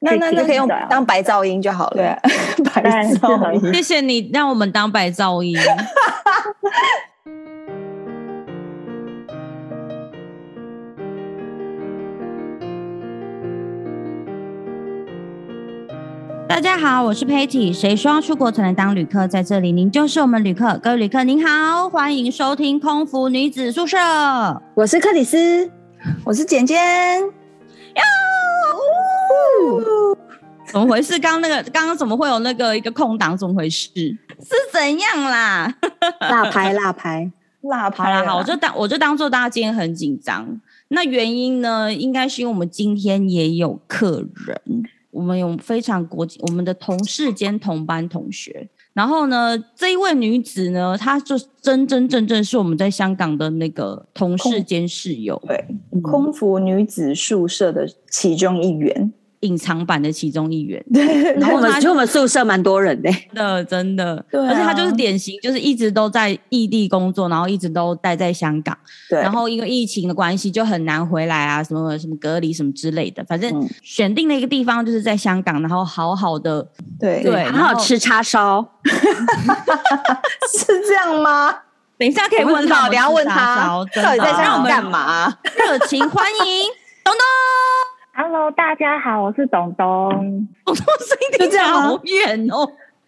那那那可以用当白噪音就好了。对啊， 白然是噪音。谢谢你让我们当白噪音。 大家好，我是 Patty。谁说要出国才能当旅客？在这里，您就是我们旅客。各位旅客，您好，欢迎收听空服女子宿舍。我是克里斯，我是简简。怎么回事？刚刚那个，刚刚怎么会有那个一个空档？怎么回事？是怎样啦？辣拍 辣拍，辣好拍啦，啊好，我就当我就当做大家今天很紧张。那原因呢，应该是因为我们今天也有客人，我们有非常国际，我们的同事兼同班同学。然后呢，这一位女子呢，她就真真正正是我们在香港的那个同事兼室友，对嗯空服女子宿舍的其中一员。隐藏版的其中一员。对然然后后我 们他其实我们宿舍蛮多人的、 真的真的，对啊而且她就是典型，就是一直都在异地工作，然后一直都待在香港。对，然后因为疫情的关系就很难回来啊，什么什么隔离什么之类的，反正嗯选定了一个地方就是在香港，然后好好的，对对很然后好吃叉烧，是这样吗？等一下可以我不问知道他，你要问他到到底在香让我港们干嘛？热情欢迎， Hello，大家好，我是董东。我都声音听起来好远哦，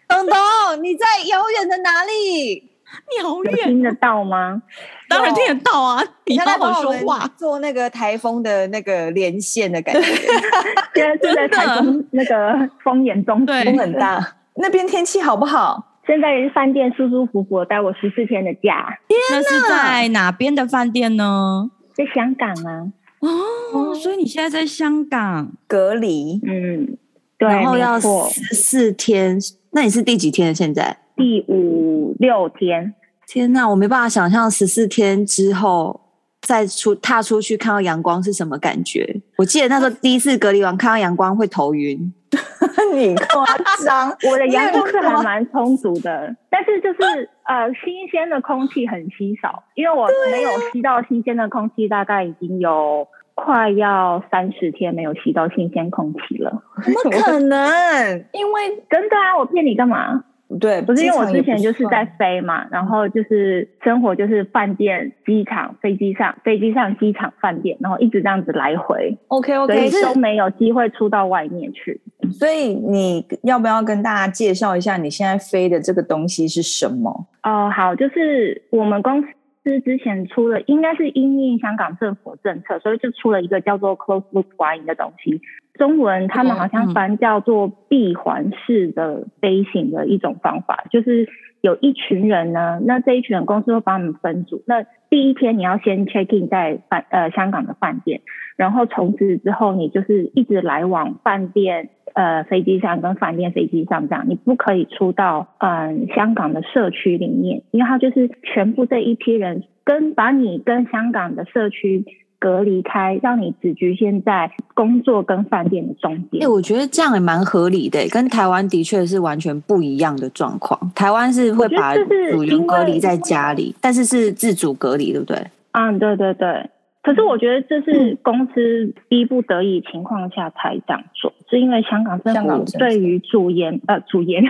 东东，你在遥远的哪里？你好有远，听得到吗？当然听得到啊，你现帮在帮说们话，做那个台风的那个连线的感觉， 现在正在台风那个风眼中对风很。大，那边天气好不好？现在饭店舒舒服服地待我十四天的假，那是在哪边的饭店呢？在香港啊。哦，所以你现在在香港，隔离嗯，对，然后要没错，十四天。那你是第几天了？现在？第五六天。天呐，我没办法想象十四天之后再出踏出去看到阳光是什么感觉。我记得那时候第一次隔离完看到阳光会头 晕， 你夸张，我的阳光你是也不还蛮充足的，但是就是呃，新鲜的空气很稀少，因为我没有吸到新鲜的空气，大概已经有快要三十天没有吸到新鲜空气了。怎么可能？因为真的啊，我骗你干嘛？ 对，不是因为我之前就机是场在也飞嘛，然后就是生活就是饭店、机场、飞机上、飞机上、机场、饭店，然后一直这样子来回，不算 OK 所以 OK，都没有机会出到外面去。所以你要不要跟大家介绍一下你现在飞的这个东西是什么？哦、好，就是我们公司之前出了，应该是因应香港政府政策，所以就出了一个叫做 closed loop flying 的东西，中文他们好像翻叫做闭环式的飞行的一种方法，就是有一群人呢，那这一群人公司会帮你们分组，那第一天你要先 check in 在饭呃香港的饭店，然后从此之后你就是一直来往饭店。呃，飞机上跟饭店飞机上这样，你不可以出到嗯、香港的社区里面，因为它就是全部这一批人跟把你跟香港的社区隔离开，让你只局限在工作跟饭店的中哎、间。我觉得这样也蛮合理的、跟台湾的确是完全不一样的状况。台湾是会把我觉得就是组员隔因离为在家里，但是是自主隔离，对不对？嗯，对对对。可是我觉得这嗯是公司逼不得已情况下才这样做，是因为香港政香港府政策对于主研呃主研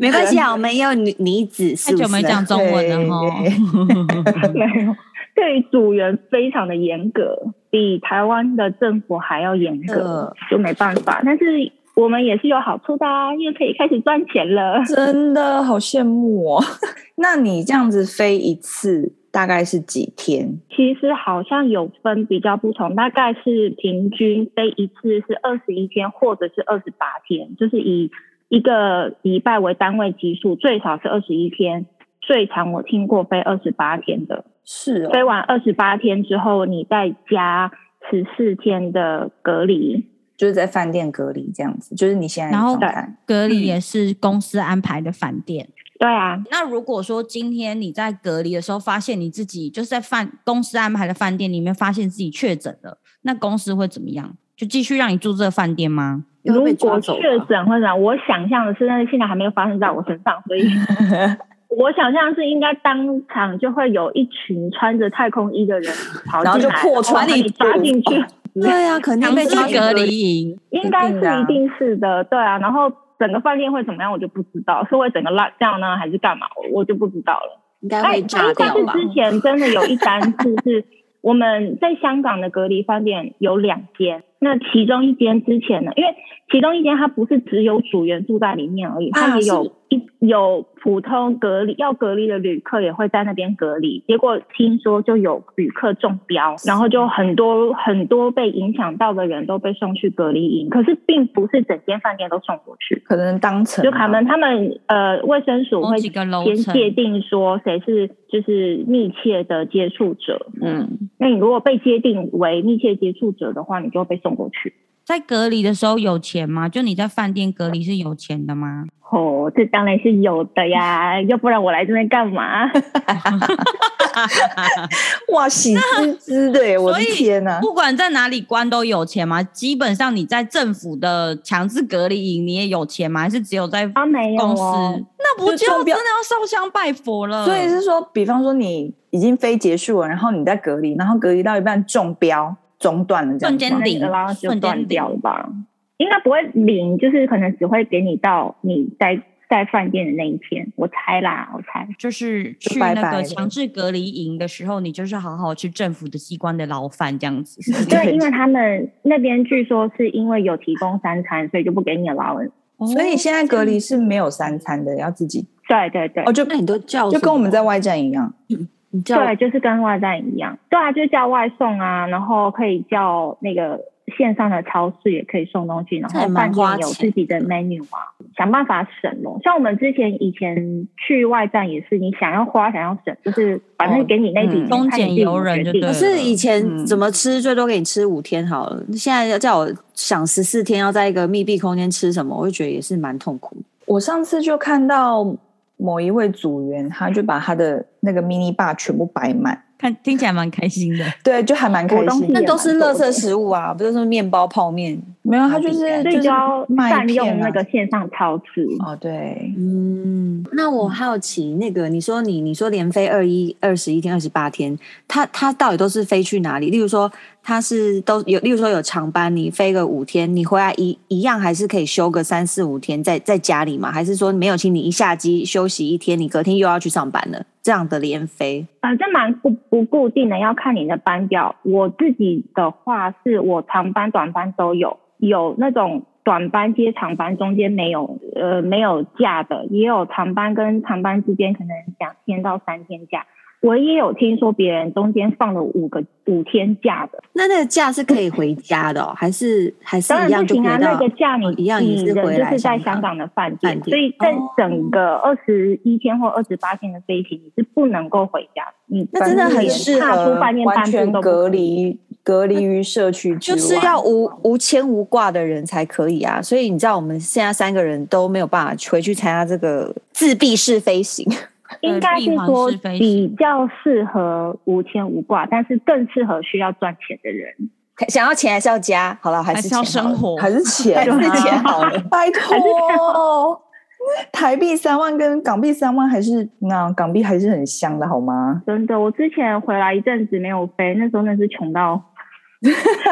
没关系啊，我们也有女女子太宿久没舍。讲中文了 哈。没有对于组员非常的严格，比台湾的政府还要严格，就没办法。但是我们也是有好处的、啊，因为可以开始赚钱了。 真的好羡慕哦！ 那你这样子飞一次大概是几天？其实好像有分比较不同，大概是平均飞一次是二十一天或者是二十八天，就是以一个礼拜为单位基数，最少是二十一天，最长我听过飞二十八天的。是飞完二十八天之后，你再加十四天的隔离。就是在饭店隔离这样子，就是你现在的然后状态。隔离也是公司安排的饭店。对啊，嗯那如果说今天你在隔离的时候，发现你自己就是在饭公司安排的饭店里面发现自己确诊了，那公司会怎么样？就继续让你住这个饭店吗？又如会被抓果走吧确诊或者我想象的是，但是现在还没有发生在我身上，所以我想象是应该当场就会有一群穿着太空衣的人跑然后进就来，破窗把你抓进去，之类的对啊，肯定强被制抓去隔。离营，应该是一定是的，对啊。然后整个饭店会怎么样，我就不知道，是会整个 lock down 呢，还是干嘛，我就不知道了。应该哎，会炸但掉是吧？之前真的有一单是 是我们在香港的隔离饭店有两间，那其中一间之前呢，因为其中一间它不是只有组员住在里面而已，啊它也有一、有普通隔离要隔离的旅客也会在那边隔离。结果听说就有旅客中标，然后就很多很多被影响到的人都被送去隔离营，可是并不是整间饭店都送过去。可能当成就他们他们呃卫生署某哦会几个楼先层界定说谁是就是密切的接触者，嗯，那你如果被界定为密切接触者的话，你就会被送过去。在隔离的时候有钱吗？就你在饭店隔离是有钱的吗？哦，这当然是有的 呀，要不然我来这边干嘛？哇，喜滋滋的耶，我的所以天啊哪！不管在哪里关都有钱吗？基本上你在政府的强制隔离营你也有钱吗？还是只有在啊，没有公司？哦，那不就就中真的标要烧香拜佛了？所以是说，比方说你已经非结束了，然后你在隔离，然后隔离到一半中标中断了，这样瞬子吗间那你领的啦就瞬间断掉了吧？应该不会领，就是可能只会给你到你在在饭店的那一天，我猜啦，我猜。就是就去拜那拜个了强制隔离营的时候，你就是好好去政府的机关的劳烦这样子。对，因为他们那边据说是因为有提供三餐，所以就不给你 allowance。所以现在隔离是没有三餐的，要自己对对对哦，，就那你都叫就什么跟我们在外站一样。你叫对，就是跟外站一样。对啊，就是叫外送啊，然后可以叫那个线上的超市也可以送东西，然这也后蛮饭花店钱有自己的 menu 啊，想办法省咯。像我们之前以前去外站也是，你想要花想要省，就是反正给你那笔嗯钱，丰看你自俭己由怎么人决就定对可了是以前嗯怎么吃最多给你吃五天好了，现在要叫我想十四天要在一个密闭空间吃什么，我就觉得也是蛮痛苦。我上次就看到某一位组员，他就把他的那个 mini bar 全部摆满，看听起来蛮开心的。对，就还蛮开我东西心也的。蛮那都是多垃圾的食物啊，不就是面包、泡面？没有，他就是所就以是就要麦善用片啊那个线上超市。哦，对，嗯，那我好奇，那个你说你你说连飞二一二十一天、二十八天，他他到底都是飞去哪里？例如说他是都有，例如说有长班，你飞个五天，你回来一一样还是可以休个三四五天在在家里吗？还是说没有，请你一下机休息一天，你隔天又要去上班了？这样的连飞，反正蛮不不固定的，要看你的班表。我自己的话是我长班、短班都有，有那种短班接长班，中间没有呃没有假的，也有长班跟长班之间可能两天到三天假。我也有听说别人中间放了五个五天假的，那那个假是可以回家的、哦，还是还是当一然样不就行啊回，那到个假你哦一样也你是人回来就是在香香港港的饭店饭，店所以在哦整个二十一天或二十八天的飞行，你是不能够回家的，你那真的本很地适踏出合饭店呃完半全步都不隔可以离隔离于社区之就外，是要无无牵无挂的人才可以啊，所以你知道我们现在三个人都没有办法回去参加这个自闭式飞行， 应该是说比较适合无牵无挂，但是更适合需要赚钱的人，想要钱还是要加，好了，还还是是要钱好生了活， 还是钱、啊，还是钱好了。拜托，台币三万跟港币三万还是那港币还是很香的好吗？真的。我之前回来一阵子没有飞，那时候那是穷 到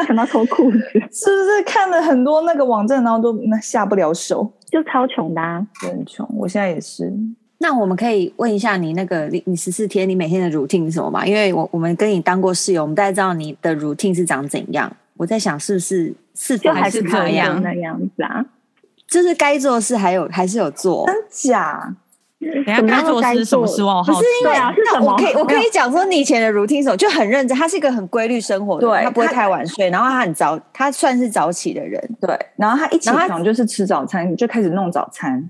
穷到脱裤子，是不是看了很多那个网站，然后都那下不了手，就超穷的、啊。真的很穷。我现在也是，那我们可以问一下你那个你你十四天你每天的 routine 是什么吗？因为我我们跟你当过室友，我们大概知道你的 routine 是长怎样。我在想是不是是否就还是是这差不这多样，样那样子啊。就是该做的事还有还是有做。真假？等一下什么该样做该是什么事？做？我好好奇。对啊，是什那么？我可以，我可以讲说你以前的 routine 是什么，就很认真，他是一个很规律生活的人，对他不会他太晚睡，然后他很早，他算是早起的人，对，然后他一起然后他床就是吃早餐，就开始弄早餐，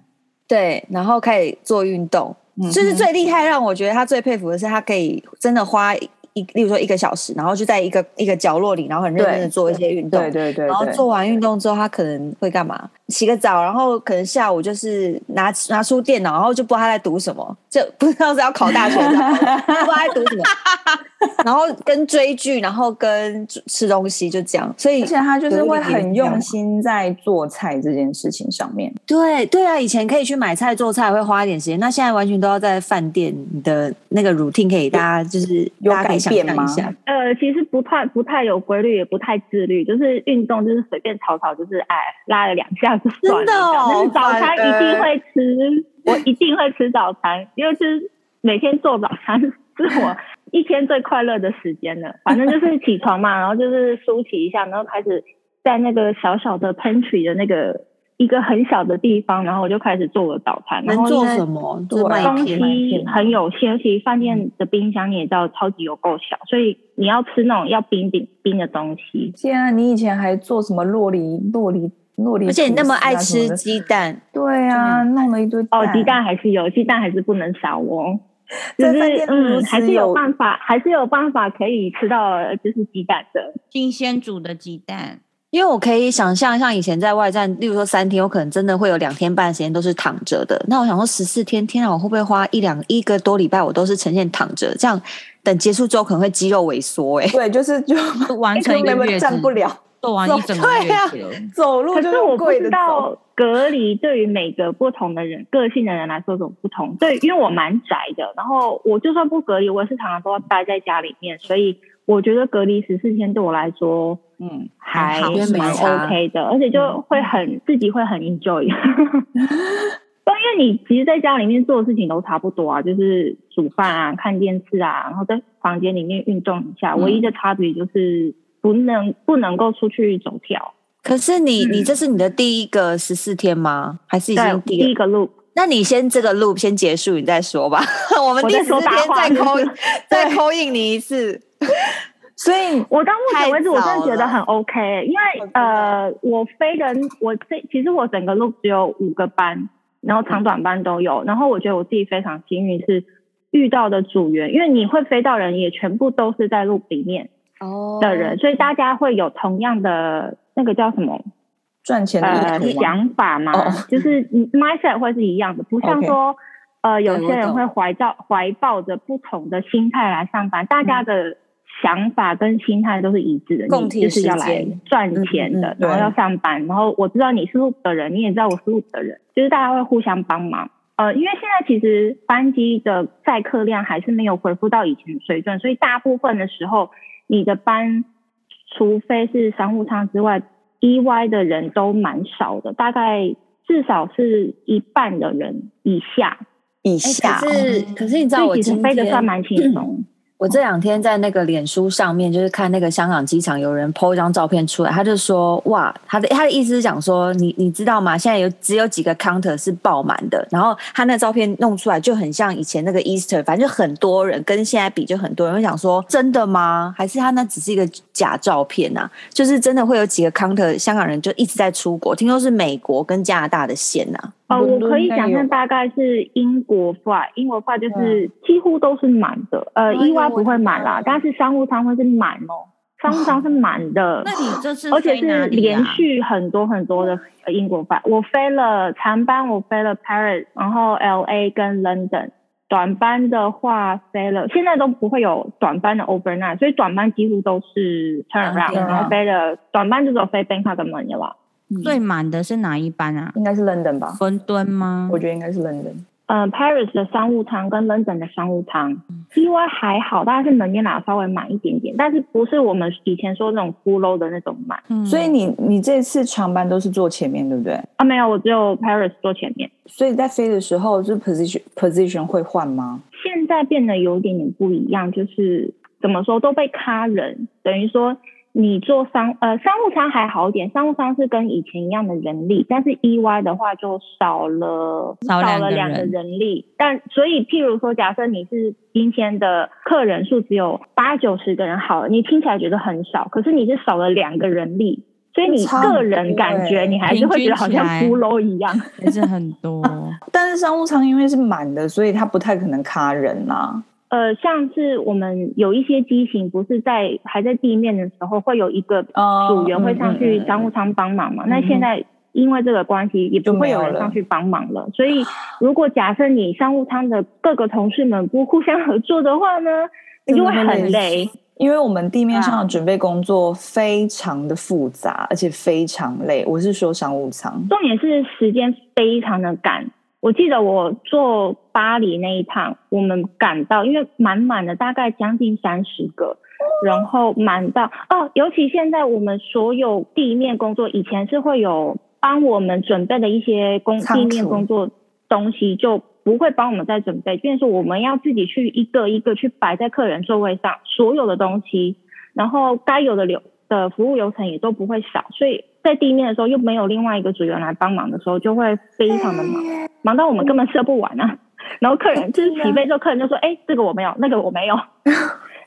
对，然后开始做运动，嗯就是最厉害，让我觉得他最佩服的是，他可以真的花一，例如说一个小时，然后就在一个一个角落里，然后很认真的对做一些运动，对对对然后对，做完运动之后，他可能会干嘛？洗个澡，然后可能下午就是拿拿出电脑，然后就不知道他在读什么，就不知道是要考大学，不知道他在读什么，然后跟追剧，然后跟吃东西，就这样。所以而且他就是会有一点很点用心在做菜这件事情上面。对对啊，以前可以去买菜做菜会花一点时间，那现在完全都要在饭店你的那个 routine 可以大家就是有大家可以想改变象吗一下，呃，其实不太不太有规律，也不太自律，就是运动就是随便炒炒，就是哎拉了两下就算了。真的哦这样但是早餐反而一定会吃，我一定会吃早餐，因为就是每天做早餐是我一天最快乐的时间了。反正就是起床嘛，然后就是梳洗一下，然后开始在那个小小的 pantry 的那个一个很小的地方，然后我就开始做我的早餐。然能后因做为什么？对啊就卖啊东片。西很有限，而且饭店的冰箱你也知道超级有够小，所以你要吃那种要冰冰冰的东西。天啊，你以前还做什么洛梨洛梨洛梨吐司啊什么的？而且你那么爱吃鸡蛋，对啊，弄了一堆哦，鸡蛋还是有，鸡蛋还是不能少哦。就在是饭店如嗯，此还是有有办法，还是有办法可以吃到呃就是鸡蛋的。新鲜煮的鸡蛋，因为我可以想象，像以前在外站，例如说三天，我可能真的会有两天半的时间都是躺着的。那我想说十四天，天啊，我会不会花一两一个多礼拜，我都是呈现躺着？这样等结束之后，可能会肌肉萎缩、欸。对，就是 就就完成一根个本月站子，不了，做完一整个对啊月子了。走路可就是我不跪着知走。道隔离对于每个不同的人个性的人来说有什么不同。对，因为我蛮宅的，然后我就算不隔离，我也是常常都要待在家里面，所以我觉得隔离十四天对我来说嗯，还还好因为没蛮差 OK 的，而且就会很、自己会很 enjoy。但因为你其实在家里面做的事情都差不多啊，就是煮饭啊、看电视啊，然后在房间里面运动一下，唯一的差别就是不能不能够出去走跳。可是你，嗯你这是你的第一个十四天吗？还是已对经，第第一一个？个 loop 那你先这个 loop 先结束，你再说吧。 我们我第在十说四大天话 就再扣是再扣印你一次。所呃以我到目前为止，我真太的早觉得很了 OK，因我为知道呃，我飞的我这其实我整个 loop 只有五个班，然后长短班都有，然后我觉得我自己非常幸运是遇到的组员，因为你会飞到人也全部都是在 loop 里面哦的人，所以大家会有同样的那个叫什么赚钱呃的意图嘛，哎想法嘛，哦就是你 mindset 会是一样 的，不像 OK 说呃有些对我人懂会怀抱怀抱着不同的心态来上班，大家的想法跟心态都是一致的，嗯共你体就是要时来间赚钱的，嗯嗯然后对要上班，然后我知道你是 loop 的人，你也知道我是 loop 的人，就是大家会互相帮忙。呃，因为现在其实班机的载客量还是没有恢复到以前的水准，所以大部分的时候，你的班除非是商务舱之外，EY 的人都蛮少的，大概至少是一半的人以下，以哎下可是可是你知哦道所我以其实今飞得算天蛮轻松。我这两天在那个脸书上面，就是看那个香港机场有人 PO 一张照片出来，他就说哇，他的他的意思是讲说，你你知道吗？现在有只有几个 counter 是爆满的，然后他那照片弄出来就很像以前那个 Easter，反正就很多人跟现在比就很多人。我想说真的吗？还是他那只是一个假照片啊？就是真的会有几个 counter 香港人就一直在出国，听说是美国跟加拿大的线呐、啊。哦，我伦敦可以想应该象有大概是英国话，英国话就是几乎都是满的，呃哎呦，EY 不我会的满啦妈，但是商务舱会是满哦，商务舱是满的哦那。你这次而且飞哪是里连啊？续很多很多的呃英国班，我飞了长班，我飞了 Paris，然后 L A 跟 London。短班的话飞了，现在都不会有短班的 overnight，所以短班几乎都是 turn around，、 turnaround 然后飞了短班就只有飞 Bangkok 跟 Manila。最满的是哪一班啊？应该是 London 吧？伦敦吗？我觉得应该是 London。嗯，Paris 的商务舱跟 London 的商务舱，因为还好，大概是门面拿稍微满一点点，但是不是我们以前说那种孤楼的那种满嗯所以你你这次长班都是坐前面，对不对？啊？没有，我只有 Paris 坐前面。所以在飞的时候，就 position position 会换吗？现在变得有点点不一样，就是怎么说都被咖人，等于说你做商呃商务舱还好一点，商务舱是跟以前一样的人力，但是 EY 的话就少了少两个了人两个人力，但所以譬如说，假设你是今天的客人数只有八九十个人好了，你听起来觉得很少，可是你是少了两个人力。所以你差个很人多感觉欸你还是平会觉均得好起像来骷髅一样，还是很多。但是商务舱因为是满的，所以它不太可能卡人啊啦、呃，像是我们有一些机型，不是在还在地面的时候，会有一个啊。组员会上嗯去嗯嗯商务舱帮忙嘛？嗯那现在因为这个关系，也不会有人上去帮忙了。所以，如果假设你商务舱的各个同事们不互相合作的话呢，你就会很累。因为我们地面上的准备工作非常的复杂，而且非常累。我是说商务舱，重点是时间非常的赶。我记得我坐巴黎那一趟，我们赶到，因为满满的大概将近三十个，然后满到哦，尤其现在我们所有地面工作，以前是会有帮我们准备的一些工仓储地面工作东西，就不会帮我们再准备，变成是我们要自己去一个一个去摆在客人座位上所有的东西，然后该有的流的服务流程也都不会少，所以在地面的时候又没有另外一个组员来帮忙的时候，就会非常的忙。忙到我们根本射不完啊。然后客人就是起飞之后，客人就说：“哎、这个我没有，那个我没有。”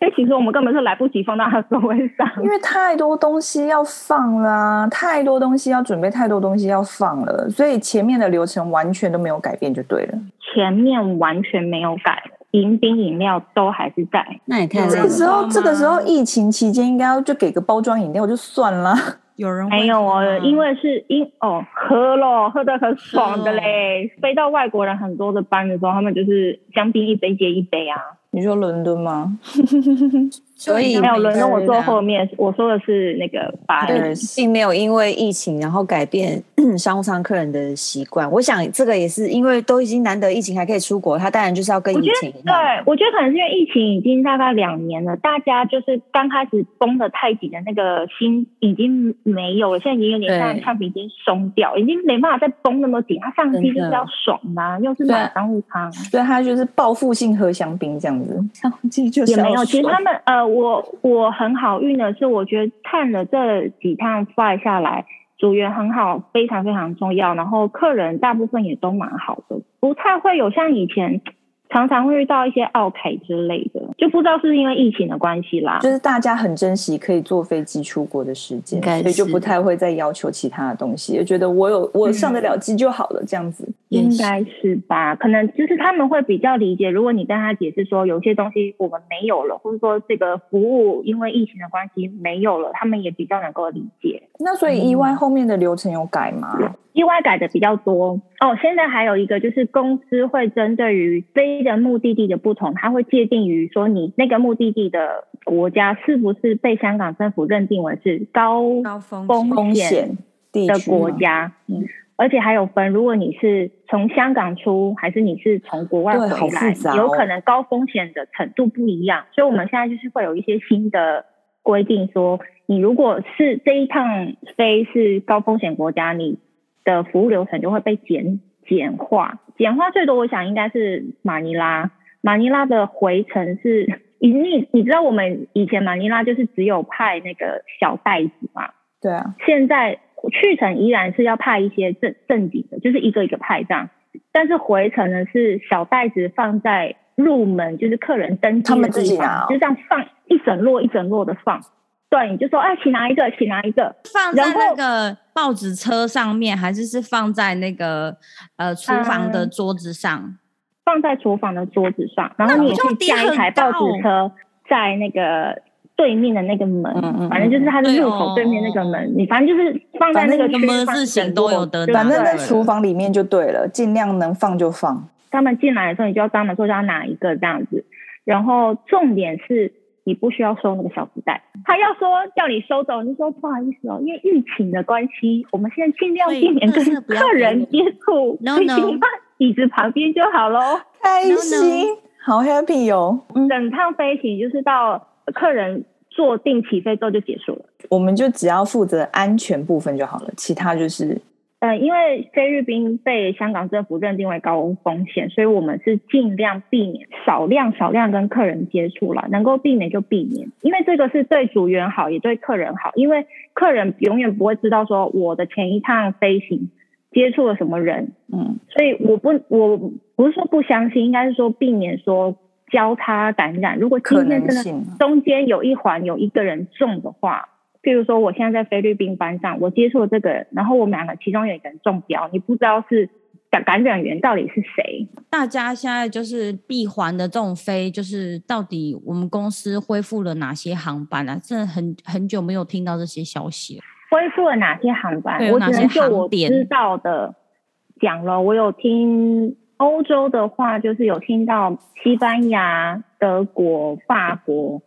哎，其实我们根本是来不及放到他的座位上。哎因为太多东西要放啦，太多东西要准备，太多东西要放了，所以前面的流程完全都没有改变，就对了。前面完全没有改，迎宾饮料都还是在。那也太累这了个吧。时候，吗这个时候疫情期间应该要就给个包装饮料就算啦。有人会没有喝哦吗，因为是因哦喝咯，喝的很爽的嘞。飞到外国人很多的班的时候，他们就是香槟一杯接一杯啊。你说伦敦吗？所以没有轮到我坐后。后面，我说的是那个巴黎。对并没有因为疫情然后改变 商务舱客人的习惯。我想这个也是因为都已经难得疫情还可以出国，他当然就是要跟我以觉前得一，样。对，我觉得可能是因为疫情已经大概两年了，大家就是刚开始绷得太紧的那个心已经没有了，现在已经有点像对橡皮筋松掉，已经没办法再绷那么紧。他上机真就的是要爽啦、又是买商务舱，所以他就是报复性喝香槟这样子，香槟就是也没要有。其实爽他们呃，我我很好运的是，我觉得看了这几趟 fly 下来。组员很好，非常非常重要。然后客人大部分也都蛮好的，不太会有像以前常常会遇到一些 OK 之类的，就不知道是不是因为疫情的关系啦。就是大家很珍惜可以坐飞机出国的时间应，该所以就是不太会再要求其他的东西，就觉得我有我上得了机就好了，这样子。也应是该是吧，可能就是他们会比较理解。如果你跟他解释说有些东西我们没有了，或者说这个服务因为疫情的关系没有了，他们也比较能够理解。那所以意外后面的流程有改吗？意外改的比较多哦。现在还有一个就是公司会针对于飞的目的地的不同，它会界定于说你那个目的地的国家是不是被香港政府认定为是高高峰风风险险地的区吗国，家，嗯而且还有分，如果你是从香港出，还是你是从国外对好回来，复杂哦有可能高风险的程度不一样，所以我们现在就是会有一些新的规定说，你如果是这一趟飞是高风险国家，你的服务流程就会被简简化，简化最多我想应该是马尼拉，马尼拉的回程是。 你你你知道我们以前马尼拉就是只有派那个小袋子嘛，对啊，现在去程依然是要派一些正正经的，就是一个一个派这样，但是回程呢是小袋子放在入门，就是客人登记他的们自己地拿哦方，就这样放一整摞一整摞的放。对，你就说哎，请拿一个，请拿一个。放在然后那个报纸车上面，还是是放在那个呃厨房的嗯桌子上？放在厨房的桌子上，然那后不你就去低架一很台哦报纸高车在那个对面的那个门，嗯嗯反正就是它的对入哦口对面那个哦门，你反正就是放在反正那个那个区门放字一形整都摞有得对拿反正对在对厨房里面就对了，尽量能放就放。他们进来的时候，你就要帮忙说叫他拿一个这样子。然后重点是你不需要收那个小福袋，他要说叫你收走，你就说不好意思哦，因为疫情的关系，我们现在尽量对避免跟真的不要客人接触， No, 所以 no 请你放椅子旁边就好喽。开 No, no 心好 happy 哦！整趟飞行就是到客人坐定起飞之后就结束了。我们就只要负责安全部分就好了，其他就是呃，因为菲律宾被香港政府认定为高风险，所以我们是尽量避免少量少量跟客人接触了，能够避免就避免，因为这个是对组员好，也对客人好，因为客人永远不会知道说我的前一趟飞行接触了什么人，嗯，所以我不我不是说不相信，应该是说避免说交叉感染。如果今可天能嗯真的性。中间有一环有一个人中的话，譬如说我现在在菲律宾班上，我接触了这个人，然后我们两个其中有一个人中标，你不知道是感感染源到底是谁，大家现在就是闭环的这种飞，就是到底我们公司恢复了哪些航班啊？真的很很久没有听到这些消息了。恢复了哪些航班对？有我哪只些能就我航点知道的讲了。我有听欧洲的话，就是有听到西班牙、德国、法国、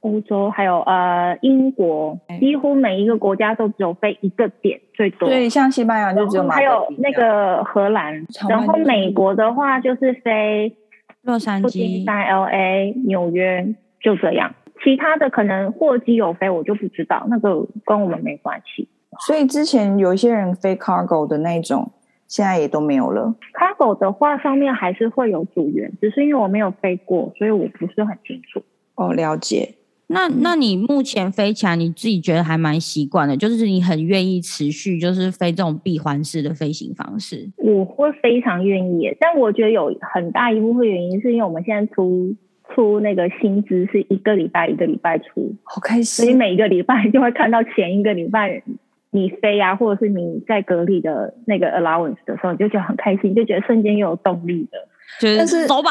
欧洲，还有呃英国，几乎每一个国家都只有飞一个点最多。对，像西班牙就只有然后马还德有里那个荷兰长，然班后就是美国的话就是飞洛杉旧金矶，山、L A、纽约，就这样。其他的可能货机有飞，我就不知道，那个跟我们没关系。所以之前有一些人飞 cargo 的那一种，现在也都没有了。 Cargo 的话，上面还是会有组员，只是因为我没有飞过，所以我不是很清楚。哦，了解。那嗯那你目前飞起来，你自己觉得还蛮习惯的，就是你很愿意持续就是飞这种闭环式的飞行方式。我会非常愿意耶，但我觉得有很大一部分原因是因为我们现在出出那个薪资是一个礼拜一个礼拜出，好开所以心！每一个礼拜就会看到前一个礼拜你飞啊，或者是你在隔离的那个 allowance 的时候，你就觉得很开心，就觉得瞬间又有动力了。就但是走吧，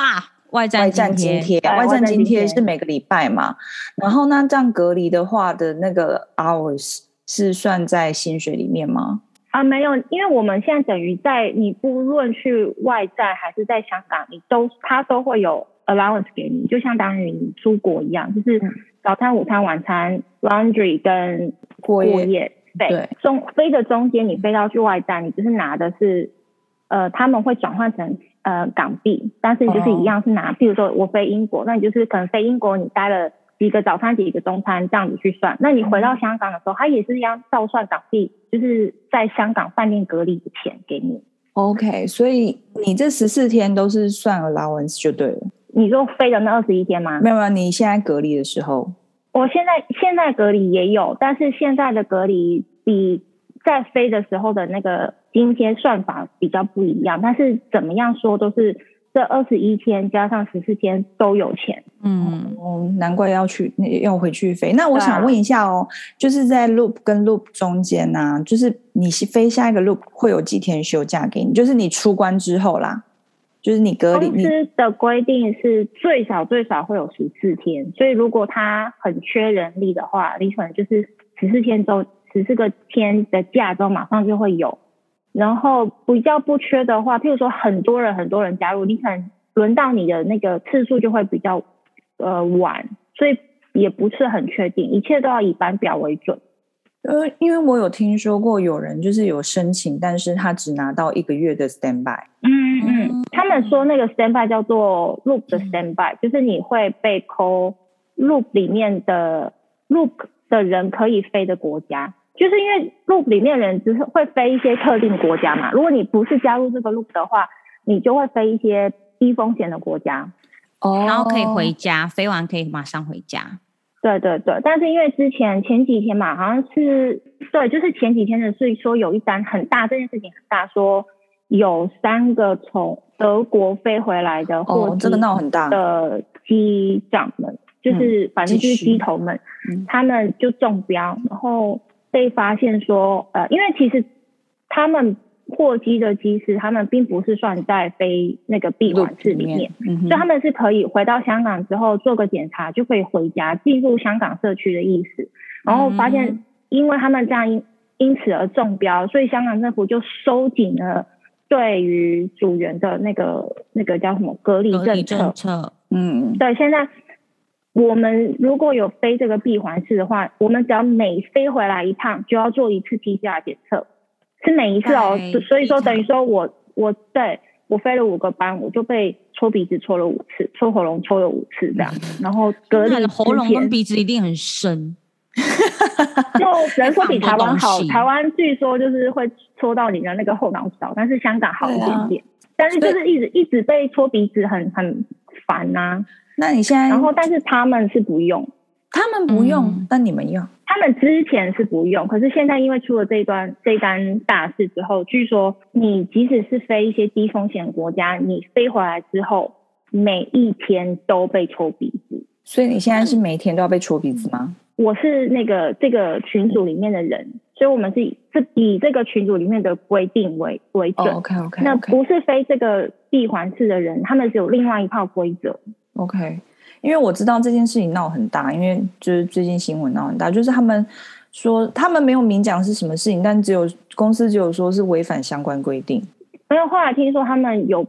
外外战战津贴，对外外战战津津贴贴是每个礼拜嘛？然后那这样隔离的话的那个 hours 是算在薪水里面吗？啊，没有，因为我们现在等于在你不论去外债还是在香港，你都它都会有 allowance 给你，就相当于你出国一样，就是嗯早餐、午餐、晚餐、laundry 跟过过夜夜费。对中飞的中间你飞到去外站，你就是拿的是呃，他们会转换成呃港币，但是你就是哦一样是拿，比如说我飞英国，那你就是可能飞英国你待了几个早餐几个中餐这样子去算，那你回到香港的时候，它也是一样照算港币，就是在香港饭店隔离的钱给你。 ，OK。所以你这十四天都是算 allowance 就对了，你说飞的那二十一天吗？没有没有？你现在隔离的时候，我现在现在隔离也有，但是现在的隔离比在飞的时候的那个津贴算法比较不一样，但是怎么样说都是这二十一天加上十四天都有钱。嗯，哦，难怪要去那要回去飞。那我对啊想问一下哦，就是在 loop 跟 loop 中间呢、就是你飞下一个 loop 会有几天休假给你？就是你出关之后啦，就是你隔离公你司的规定是最少最少会有十四天，所以如果他很缺人力的话，你可能就是十四天周十四个天的假之后马上就会有。然后比较不缺的话，譬如说很多人很多人加入，你可能轮到你的那个次数就会比较呃晚，所以也不是很确定，一切都要以班表为准。呃，因为我有听说过有人就是有申请，但是他只拿到一个月的 standby。嗯嗯嗯，他们说那个 standby 叫做 loop 的 standby，、就是你会被扣 loop 里面的 loop 的人可以飞的国家，就是因为 loop 里面人只是会飞一些特定国家嘛。如果你不是加入这个 loop 的话，你就会飞一些低风险的国家。哦然后可以回家，飞完可以马上回家。对对对，但是因为之前前几天嘛，好像是对，就是前几天的是说有一单很大，这件事情很大，说有三个从德国飞回来的哦，货机这个闹很大。的机长们，就是反正就是机头们，嗯他们就中标，然后被发现说，呃，因为其实他们货机的机师，他们并不是算在飞那个闭环式里面，，嗯所以他哼，们是可以回到香港之后做个检查，就可以回家进入香港社区的意思。然后发现，因为他们这样因因此而中标，所以香港政府就收紧了对于组员的那个那个叫什么隔离隔离嗯政政策。策，嗯，对，现在我们如果有飞这个闭环式的话，我们只要每飞回来一趟就要做一次 PCR 检测，是每一次哦对。所所以说非常等于说我我对我飞了五个班，我就被戳鼻子戳了五次，戳喉咙戳了五次这样，然后隔离那你之喉咙跟前鼻子一定很深。就只能说比台湾 放好不，动台湾据说就是会戳到你的那个后脑勺，但是香港好一对啊点点，但是就所是一直一直被戳鼻子很很烦呐、那你哎现在然后但是他们是不用。他们不用嗯，但你们用，他们之前是不用，可是现在因为出了这一段这一单大事之后，据说你即使是飞一些低风险国家，你飞回来之后，每一天都被抽鼻子。所以你现在嗯是每天都要被戳鼻子吗？我是那个这个群组里面的人，所以我们是以这以这个群组里面的规定为为哦准。 ，OK OK 那 OK 不是飞这个闭环式的人，他们是有另外一套规则。 OK，因为我知道这件事情闹很大，因为就是最近新闻闹很大，就是他们说他们没有明讲是什么事情，但只有公司只有说是违反相关规定。因为后来听说他们有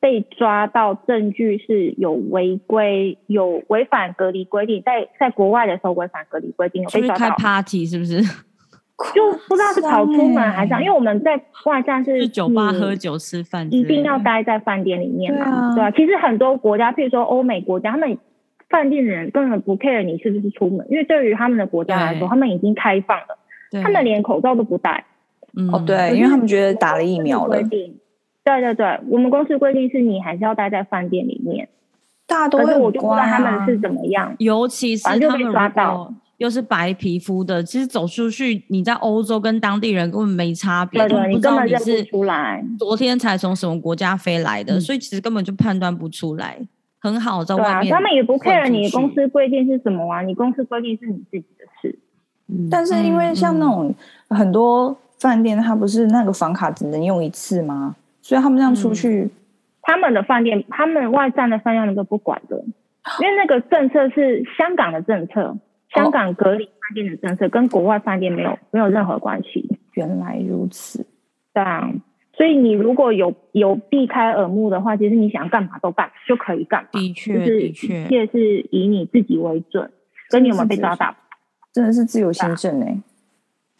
被抓到证据是有违规、有违反隔离规定，在在国外的时候违反隔离规定，有是被不抓是开到， party？是不是？就不知道是跑出门还是夸这张欸样，因为我们在外站是去酒吧你喝酒吃饭之类一的，定要待在饭店里面嘛，对对啊，其实很多国家，譬如说欧美国家，他们饭店的人根本不 care 你是不是出门，因为对于他们的国家来对说，他们已经开放了，对他们连口罩都不戴。嗯哦，对，因为他们觉得打了疫苗了规，定，对对对，我们公司规定是你还是要待在饭店里面，大家都可会是我很就不知乖道他们啊。是怎么样。尤其是他反正就们被如抓到果又是白皮肤的，其实走出去，你在欧洲跟当地人根本没差别，对他对，们你啊不知根道本你认是不出来。昨天才从什么国家飞来的，嗯所以其实根本就判断不出来。很好，在对外啊，面，他们也不 care 你出去公司规定是什么啊，你公司规定是你自己的事。嗯但是因为像那嗯种很多饭店，它不是那个房卡只能用一次吗？所以他们这样嗯出去，他们的饭店，他们外站的饭店他们都不管的，因为那个政策是香港的政策，香港隔离饭店的政策跟国外饭店没有没有任何关系。原来如此。对啊，所以你如果有有避开耳目的话，其实你想干嘛都干就可以干嘛，的就确是的一确，切是以你自己为准，跟你有没有被抓到。真的是自啊由行政哎、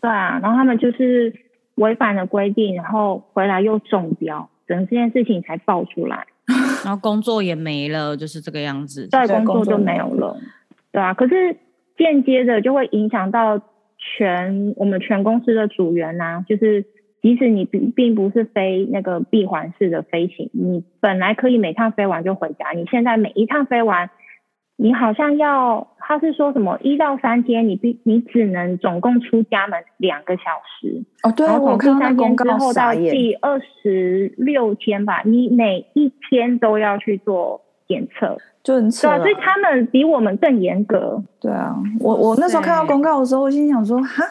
对啊，然后他们就是违反了规定，然后回来又中标，整这件事情才爆出来，然后工作也没了，就是这个样子。对对工工作作就没有了。对啊，可是间接的就会影响到全我们全公司的组员呐、就是。即使你并并不是飞那个闭环式的飞行，你本来可以每趟飞完就回家，你现在每一趟飞完，你好像要他是说什么一到三天，你必你只能总共出家门两个小时，哦，对然后我从看第到那三公天之告后到傻眼，第二十六天吧，你每一天都要去做检测，就很扯对啊，所以啊。他们比我们更严格。对啊，我我那时候看到公告的时候，我心想说，哈，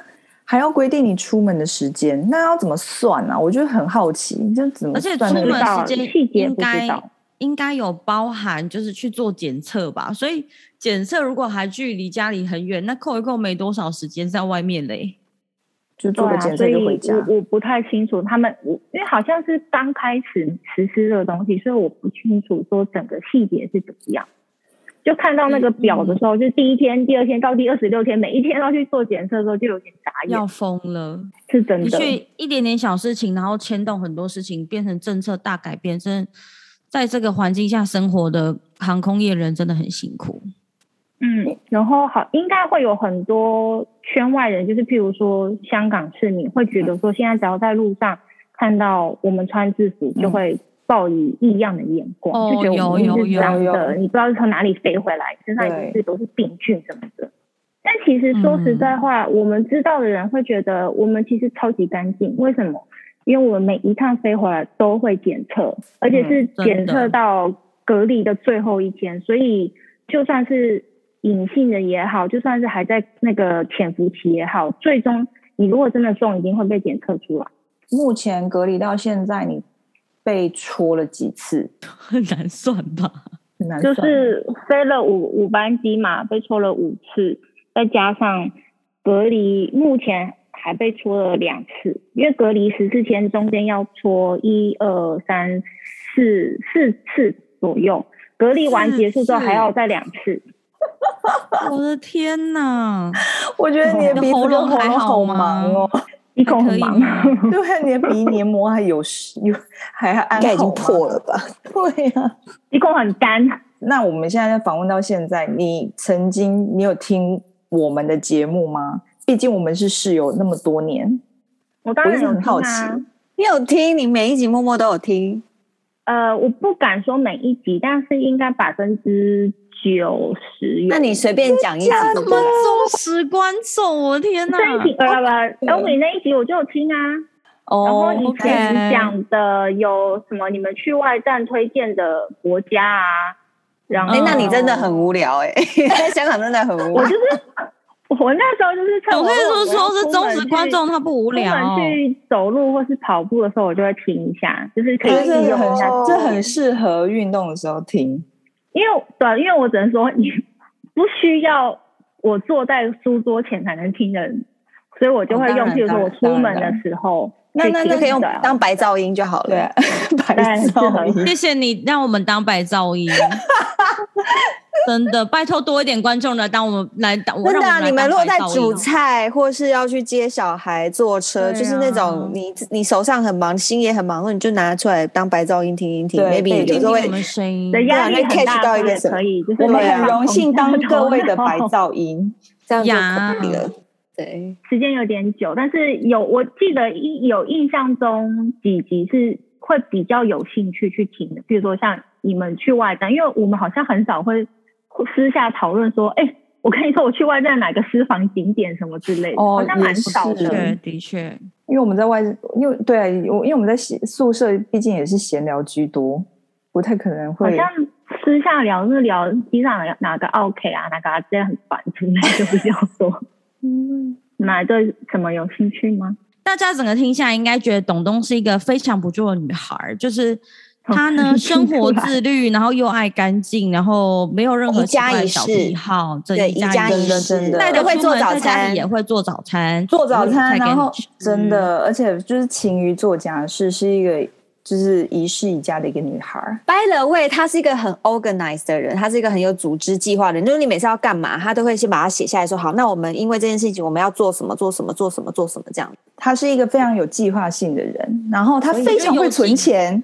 还要规定你出门的时间，那要怎么算啊？我就很好奇，这怎么而且算出那门个知道时间细节应不知该道应该有包含，就是去做检测吧。所以检测如果还距离家里很远，那扣一扣没多少时间在外面嘞。就对做啊，个检测所以就回家。我我不太清楚他们，我因为好像是刚开始实施这个东西，所以我不清楚说整个细节是怎么样。就看到那嗯个表的时候，就第一天、第二天到第二十六天，每一天要去做检测的时候，就有点傻眼 要，疯了，是哎真的的。确一点点小事情，然后牵动很多事情，变成政策大改变，真的在这个环境下生活的航空业人真的很辛苦。嗯，然后好，应该会有很多圈外人，就是譬如说香港市民会觉得说，现在只要在路上看到我们穿制服，就会报以异样的眼光，嗯哦就觉得我们有是有脏有的，有你不知道是从哪里飞回来，身上对一定是都是病菌什么的。但其实说嗯实在话，我们知道的人会觉得我们其实超级干净，为什么？因为我们每一趟飞回来都会检测，而且是嗯真的检测到隔离的最后一天，所以就算是隐性的也好，就算是还在那个潜伏期也好，最终你如果真的中，一定会被检测出来。目前隔离到现在，你被戳了几次？很难算 吧？很难就算是飞了五五班机嘛，被戳了五次，再加上隔离，目前还被戳了两次，因为隔离十四天中间要戳一二三四四次左右，隔离完四结束之后次还要再两次。我的天哪！我觉得你的鼻子跟喉咙好忙哦，鼻孔还可很以忙， 吗 对，啊你的鼻黏膜还有有还还应该已经破了吧？ 对啊呀、鼻孔很干。那我们现在访问到现在，你曾经你有听我们的节目吗？毕竟我们是室友那么多年，我当我一然直有很好听啊奇你有听，你每一集默默都有听，呃，我不敢说每一集，但是应该百分之九十有。那你随便讲一集，这么忠实观众，我的天哪！这一集哦呃不，欧美那一集我就有听啊。然后哦你，OK 前你讲的有什么？你们去外站推荐的国家啊？然后，哎、嗯那你真的很无聊哎、 在香港真的很无 我聊。就是我那时候就是趁我跟会你说，说是忠实观众，他不无无聊哦、去走路或是跑步的时候，我就会听一下，就是哦可以这很利用一下。这很适合运动的时候听。因为对，因为我只能说你不需要我坐在书桌前才能听的所以我就会哦当用，然譬如说我当出然门当然的时候去那那听的啊，那就可以用当白噪音就好了。对啊， 白当然 是啊噪很音。谢谢你让我们当白噪音，真的，拜托多一点观众来当我们来当，真让的我啊、来你们当如果白在噪煮音哦菜，或是要去接小孩、坐车，对就是那啊种你你手上很忙、心也很忙，那你就拿出来当白噪音听一听对，maybe 对有时候听听我会们声音，的压对啊力那很 catch 大，到一所以个也什么可以，就是我们可以很放荣空幸当的各位的时候 白噪音，这样就呀可以了。对，时间有点久，但是有我记得一有印象中几集是会比较有兴趣去听的，比如说像你们去外站，因为我们好像很少会会私下讨论说，哎、我跟你说我去外站哪个私房景点什么之类的，哦好像蛮少也的。是对，的确，因为我们在外，因为对啊，我因为我们在宿宿舍，毕竟也是闲聊居多，不太可能好会。像私下聊是聊机场哪哪个 OK 啊，哪个啊，这样很烦之类的，比较多。 你们还对什么有兴趣吗？大家整个听下来，应该觉得董东是一个非常不错的女孩儿，就是她呢生活自律，然后又爱干净，然后没有任何一奇家怪的一小室癖好，这对，一一家家一一真的室，真的带着会出做门早在家里餐，也会做早餐，做早嗯餐，也会有菜给然后你吃嗯真的，而且就是勤于做家事，是一个就是一室一家的一个女孩儿。 By the way，他是一个很 organized 的人，他是一个很有组织计划的人。就是你每次要干嘛，他都会先把它写下来说，好，那我们因为这件事情，我们要做什么，做什么，做什么，做什么这样。她是一个非常有计划性的人，然后她所以非就常有会存计钱。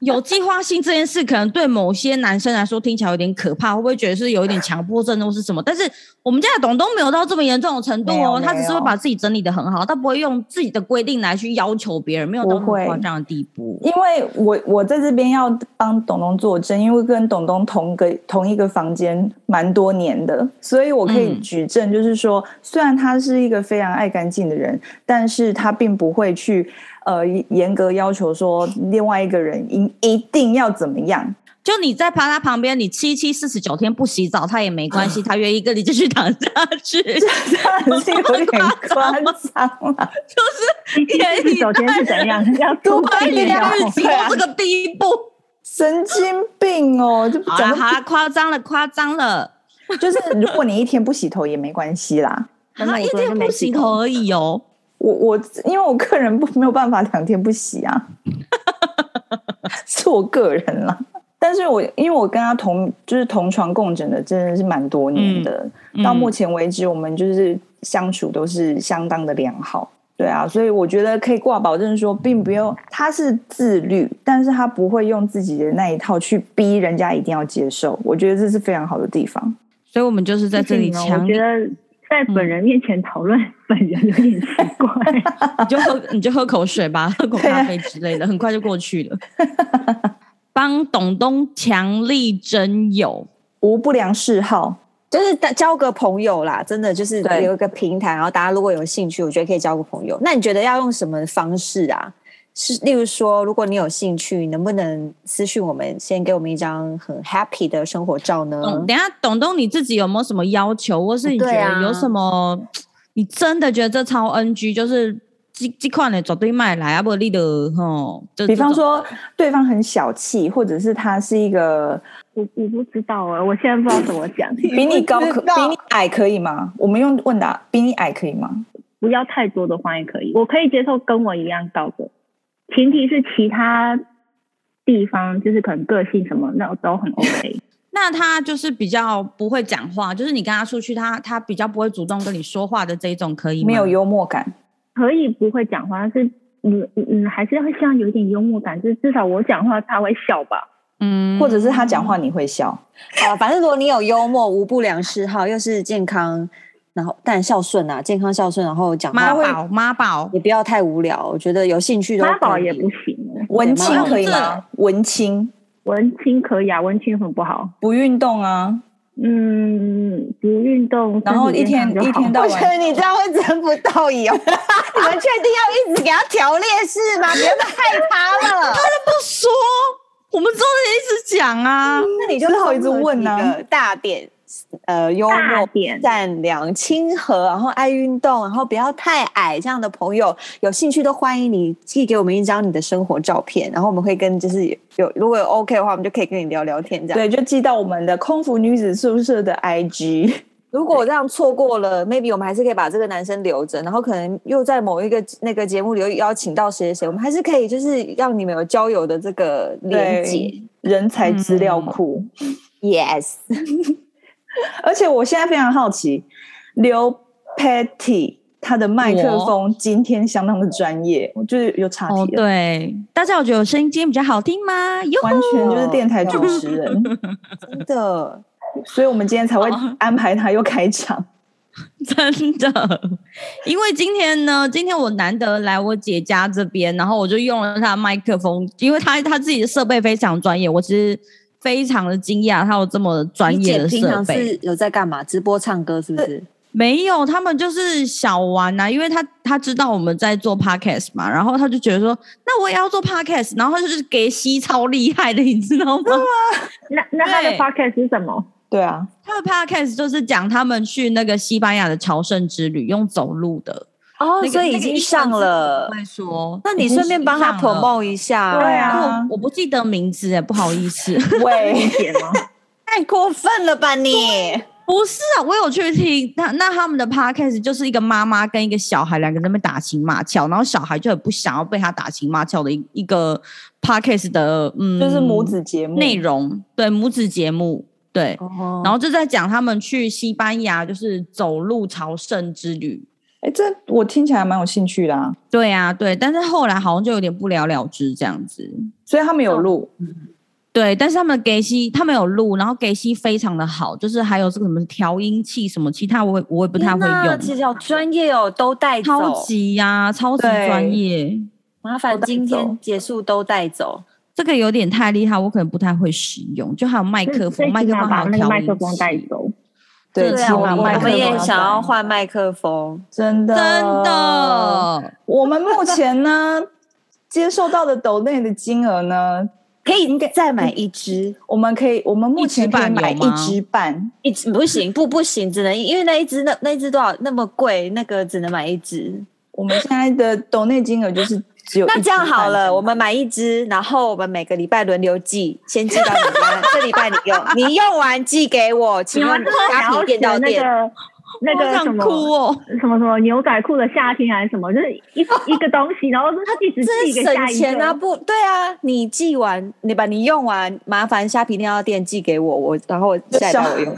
有计划性这件事，可能对某些男生来说听起来有点可怕，会不会觉得是有一点强迫症或是什么？但是我们家的董东没有到这么严重的程度没有哦，没有他只是会把自己整理的很好，他不会用自己的规定来去要求别人，没有到不那么会夸张的地步。因为我我在这边要帮董东作证，因为跟董东同个同一个房间蛮多年的，所以我可以嗯举证，就是说，虽然他是一个非常爱干净的人，但是他并不会去呃严格要求说另外一个人一一定要怎么样。 就你在趴他旁边，你七七四十九天不洗澡，他也没关 系，他愿意跟你继续躺下去，这是有 点夸张啊了， 天意首先是怎 样？要多多快一一点点聊要日期到啊这个地步。神经病哦！就好啊讲得啦好啦，夸张了，夸张了。就是如果你一天不洗头也没关系啦。真的啊，我一昨天天就没不洗洗头头而已哦。我我因为我个人不没有办法两天不洗啊， 是我个人啦。但是我因为我跟他同就是同床共枕的，真的是蛮多年的。到目前，前为止，我们就是相处都是相当的良好。对啊，所以我觉得可以挂保证说，并不用他是自律，但是他不会用自己的那一套去逼人家一定要接受。我觉得这是非常好的地方。所以我们就是在这里谢谢你们强哦我烈觉得在本人面前讨论本人有点奇 怪。你就喝你就喝口水吧，喝口对啊咖啡之类的，很快就过去了。帮董东强力征友，无不良嗜好，就是大交个朋友啦，真的就是对有一个平台，然后大家如果有兴趣，我觉得可以交个朋友。那你觉得要用什么方式啊？是，例如说，如果你有兴趣，能不能私讯我们，先给我们一张很 happy 的生活照呢？董、等一下董东你自己有没有什么要求，或是你嗯觉对啊得有什么？你真的觉得这超 NG，就是这这款的绝对卖来啊不利的吼。就比方这种，说对方很小气，或者是他是一个我我不知道啊，我现在不知道怎么讲， 比你高可知道比你矮可以吗？我们用问答，比你矮可以吗？不要太多的话也可以，我可以接受跟我一样高的，前提是其他地方就是可能个性什么那都很 OK。那他就是比较不会讲话，就是你跟他出去，他他比较不会主动跟你说话的这一种，可以吗？没有幽默感，可以不会讲话，但是嗯嗯嗯，还是会希望有一点幽默感，就是至少我讲话他会笑吧。嗯或者是他讲话你会笑，啊，反正如果你有幽默、无不良嗜好，又是健康，然后但孝顺啊，健康孝顺，然后讲妈话宝妈宝，也不要太无聊。我觉得有兴趣都妈宝可以也不行，啊文青蛮好可以的吗？文青文青可以啊，文青很不好。不运动啊，嗯，不运动，然后身体一天健康就一好天到 我觉得晚，你这样会争不到友， 你们确定要一直给他调劣势吗？不要再害他了，说，我们真的一直讲 啊，那你就只好一直问啊啊。大点，呃，幽大默、点善良、亲和，然后爱运动，然后不要太矮这样的朋友，有兴趣都欢迎你寄给我们一张你的生活照片，然后我们会跟就是有如果有 OK 的话，我们就可以跟你聊聊天这样。对，就寄到我们的空服女子宿舍的 IG，如果这样错过了，maybe 我们还是可以把这个男生留着，然后可能又在某一个那个节目里又邀请到谁谁谁，我们还是可以就是让你们有交友的这个连接。对人才资料库。 Yes，而且我现在非常好奇，刘 Patty 他的麦克风今天相当的专业，我就是有岔哦，题了，对，大家有觉得我声音今天比较好听吗？哟，完全就是电台主持人，真的，所以我们今天才会安排他又开场。真的，因为今天呢，今天我难得来我姐家这边，然后我就用了她的麦克风，因为她她自己的设备非常专业，我其实非常的惊讶，她有这么专你业姐的平设常备。是有在干嘛？直播唱歌是不是？没有，他们就是小玩啊呐、因为她她知道我们在做 podcast 嘛，然后她就觉得说，那我也要做 podcast，然后她就是给吸超厉害的，你知道吗？那那他的对 podcast 是什么？对啊，他的 podcast 就是讲他们去那个西班牙的朝圣之旅，用走路的，哦那个所以已那个经英文上字我了不。会说，那你顺便帮他已经上了 promote 一下，对啊啊，我不记得名字哎，不好意思。 你喂，姐吗？太过分了吧你？不是啊，我有去听那那他们的 podcast 就是一个妈妈跟一个小孩两个人在那边打情骂俏，然后小孩就很不想要被他打情骂俏的一一个 podcast 的嗯，就是母子节目内容，对母子节目，对，哦然后就在讲他们去西班牙就是走路朝圣之旅。哎，这我听起来蛮有兴趣的啊，对啊，对，但是后来好像就有点不了了之这样子。所以他们有嗯录，对，但是他们给西他们有录，然后给西非常的好，就是还有这个什么调音器什么，其他我也我也不太会天哪用。其实好专业哦，都带走，超级呀、超级对专业，麻烦都带今走天结束都带走。这个有点太厉害，我可能不太会使用。就还有麦克最风，麦起克码风把还有那个调麦音克风带器。走。对，对起啊，我码麦我克们风也想要要带，换麦克风，真的真。的，我们目前呢，接受到的抖内的金额呢， 嗯可以再买一支，我们可以，我们目前可以买一支半有一吗支半，一支不行，不不行，只能因为那一支那那一支多少那么贵，那个只能买一支。我们现在的抖内金额就是只有一那这样支半好了，张我们买一支，然后我们每个礼拜轮流寄，先寄到你家，这礼拜你用， 你用完寄给我，请你们问之后家想要选庭店到那店。个那我个什想么哭哦。什么什么牛仔裤的夏天还是什么，就是一一个东西，然后一直这寄是给下省一钱啊！个。不对啊，你寄完，你把你用完，麻烦虾皮料店寄给我，我然后我下一小单我 用，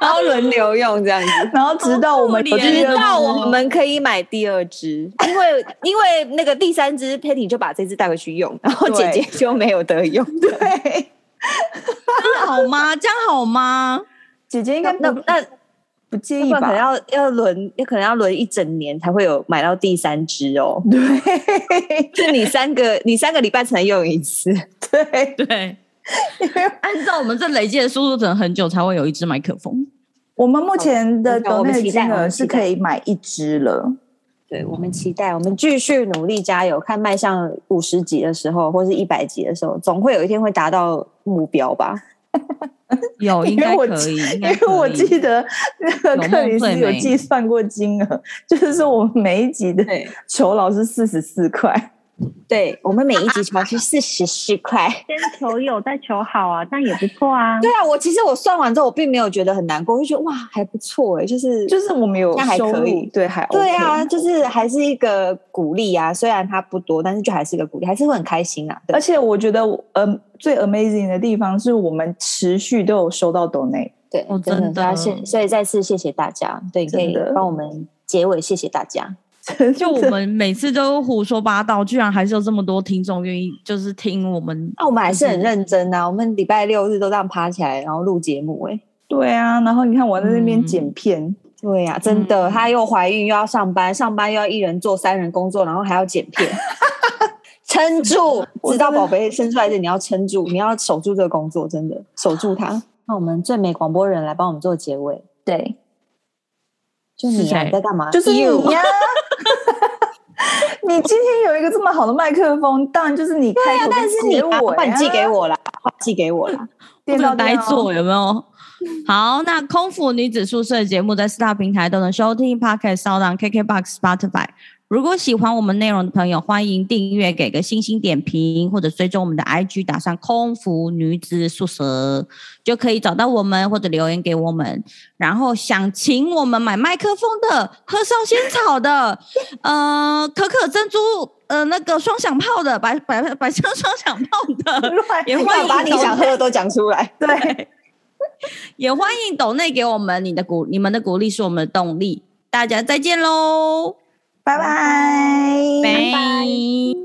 然后轮流用这样子。然后直到我们有好可怜第直二到支我们可以买第二支，因为因为那个第三支 Patty 就把这支带回去用，然后姐对姐就没有得用。对，这样好吗？这样好吗？姐姐应那该那不那不介那意不然可能吧？。要要轮，可能要轮一整年才会有买到第三支哦 对就你三个，你三个礼拜才能用一次。对， 对，按照我们这累积的速度，可能很久才会有一支麦克风。我们目前的好抖我们内期待金我额们是期可待以买一支了。对我们期待，我们继续努力加油，看迈向五十集的时候，或是一百集的时候，总会有一天会达到目标吧。 有，应因为该我可以，应因该为我可以记得那个有克梦里最斯有美计算过金额，就是说我们每一集的对，酬劳是四十四块。对我们每一集超是四十四块。 先求有，再求好啊，但也不错啊。对啊，我其实我算完之后，我并没有觉得很难过，我就觉得哇，还不错哎、就是就是我们有那还收可以入，对，还 OK 对啊，就是还是一个鼓励啊。虽然它不多，但是就还是一个鼓励，还是会很开心啊。而对且我觉得我，呃，最 amazing 的地方是我们持续都有收到 donate， 对，哦真真的的，谢，所以再次谢谢大家。对，你可以真的帮我们结尾，谢谢大家。就我们每次都胡说八道，居然还是有这么多听众愿意就是听我们啊那我们还是很认真啊，我们礼拜六日都这样爬起来，然后录节目、欸。哎，对啊，然后你看我在那边嗯剪片，对呀、真的，她又怀孕又要上班，上班又要一人做三人工作，然后还要剪片， 撑 住，我直到真的宝贝生出来前，你要撑住，你要守住这个工作，真的守住它。那哦我们最美广播人来帮我们做结尾，对，就你是啊，谁你啊在干嘛？就是你 You 呀、你今天有一个这么好的麦克风，当然就是你开头但是跟你结啊，尾、把你寄给我，哎我啦，寄给我 啦。电不到能呆电哦坐，有没有？好，那空腹女子宿舍的节目在四大平台都能收听，Pocket、s o u n KKBox、Spotify。如果喜欢我们内容的朋友，欢迎订阅、给个星星点评，或者追踪我们的 IG，打上“空服女子宿舍”就可以找到我们，或者留言给我们。然后想请我们买麦克风的、喝烧仙草的、呃可可珍珠、呃那个双响炮的、百百百香双响炮的，也欢迎把你抖 想喝的都讲出来。对，也欢迎抖内给我们你的鼓，你们的鼓励是我们的动力。大家再见喽，拜拜。拜。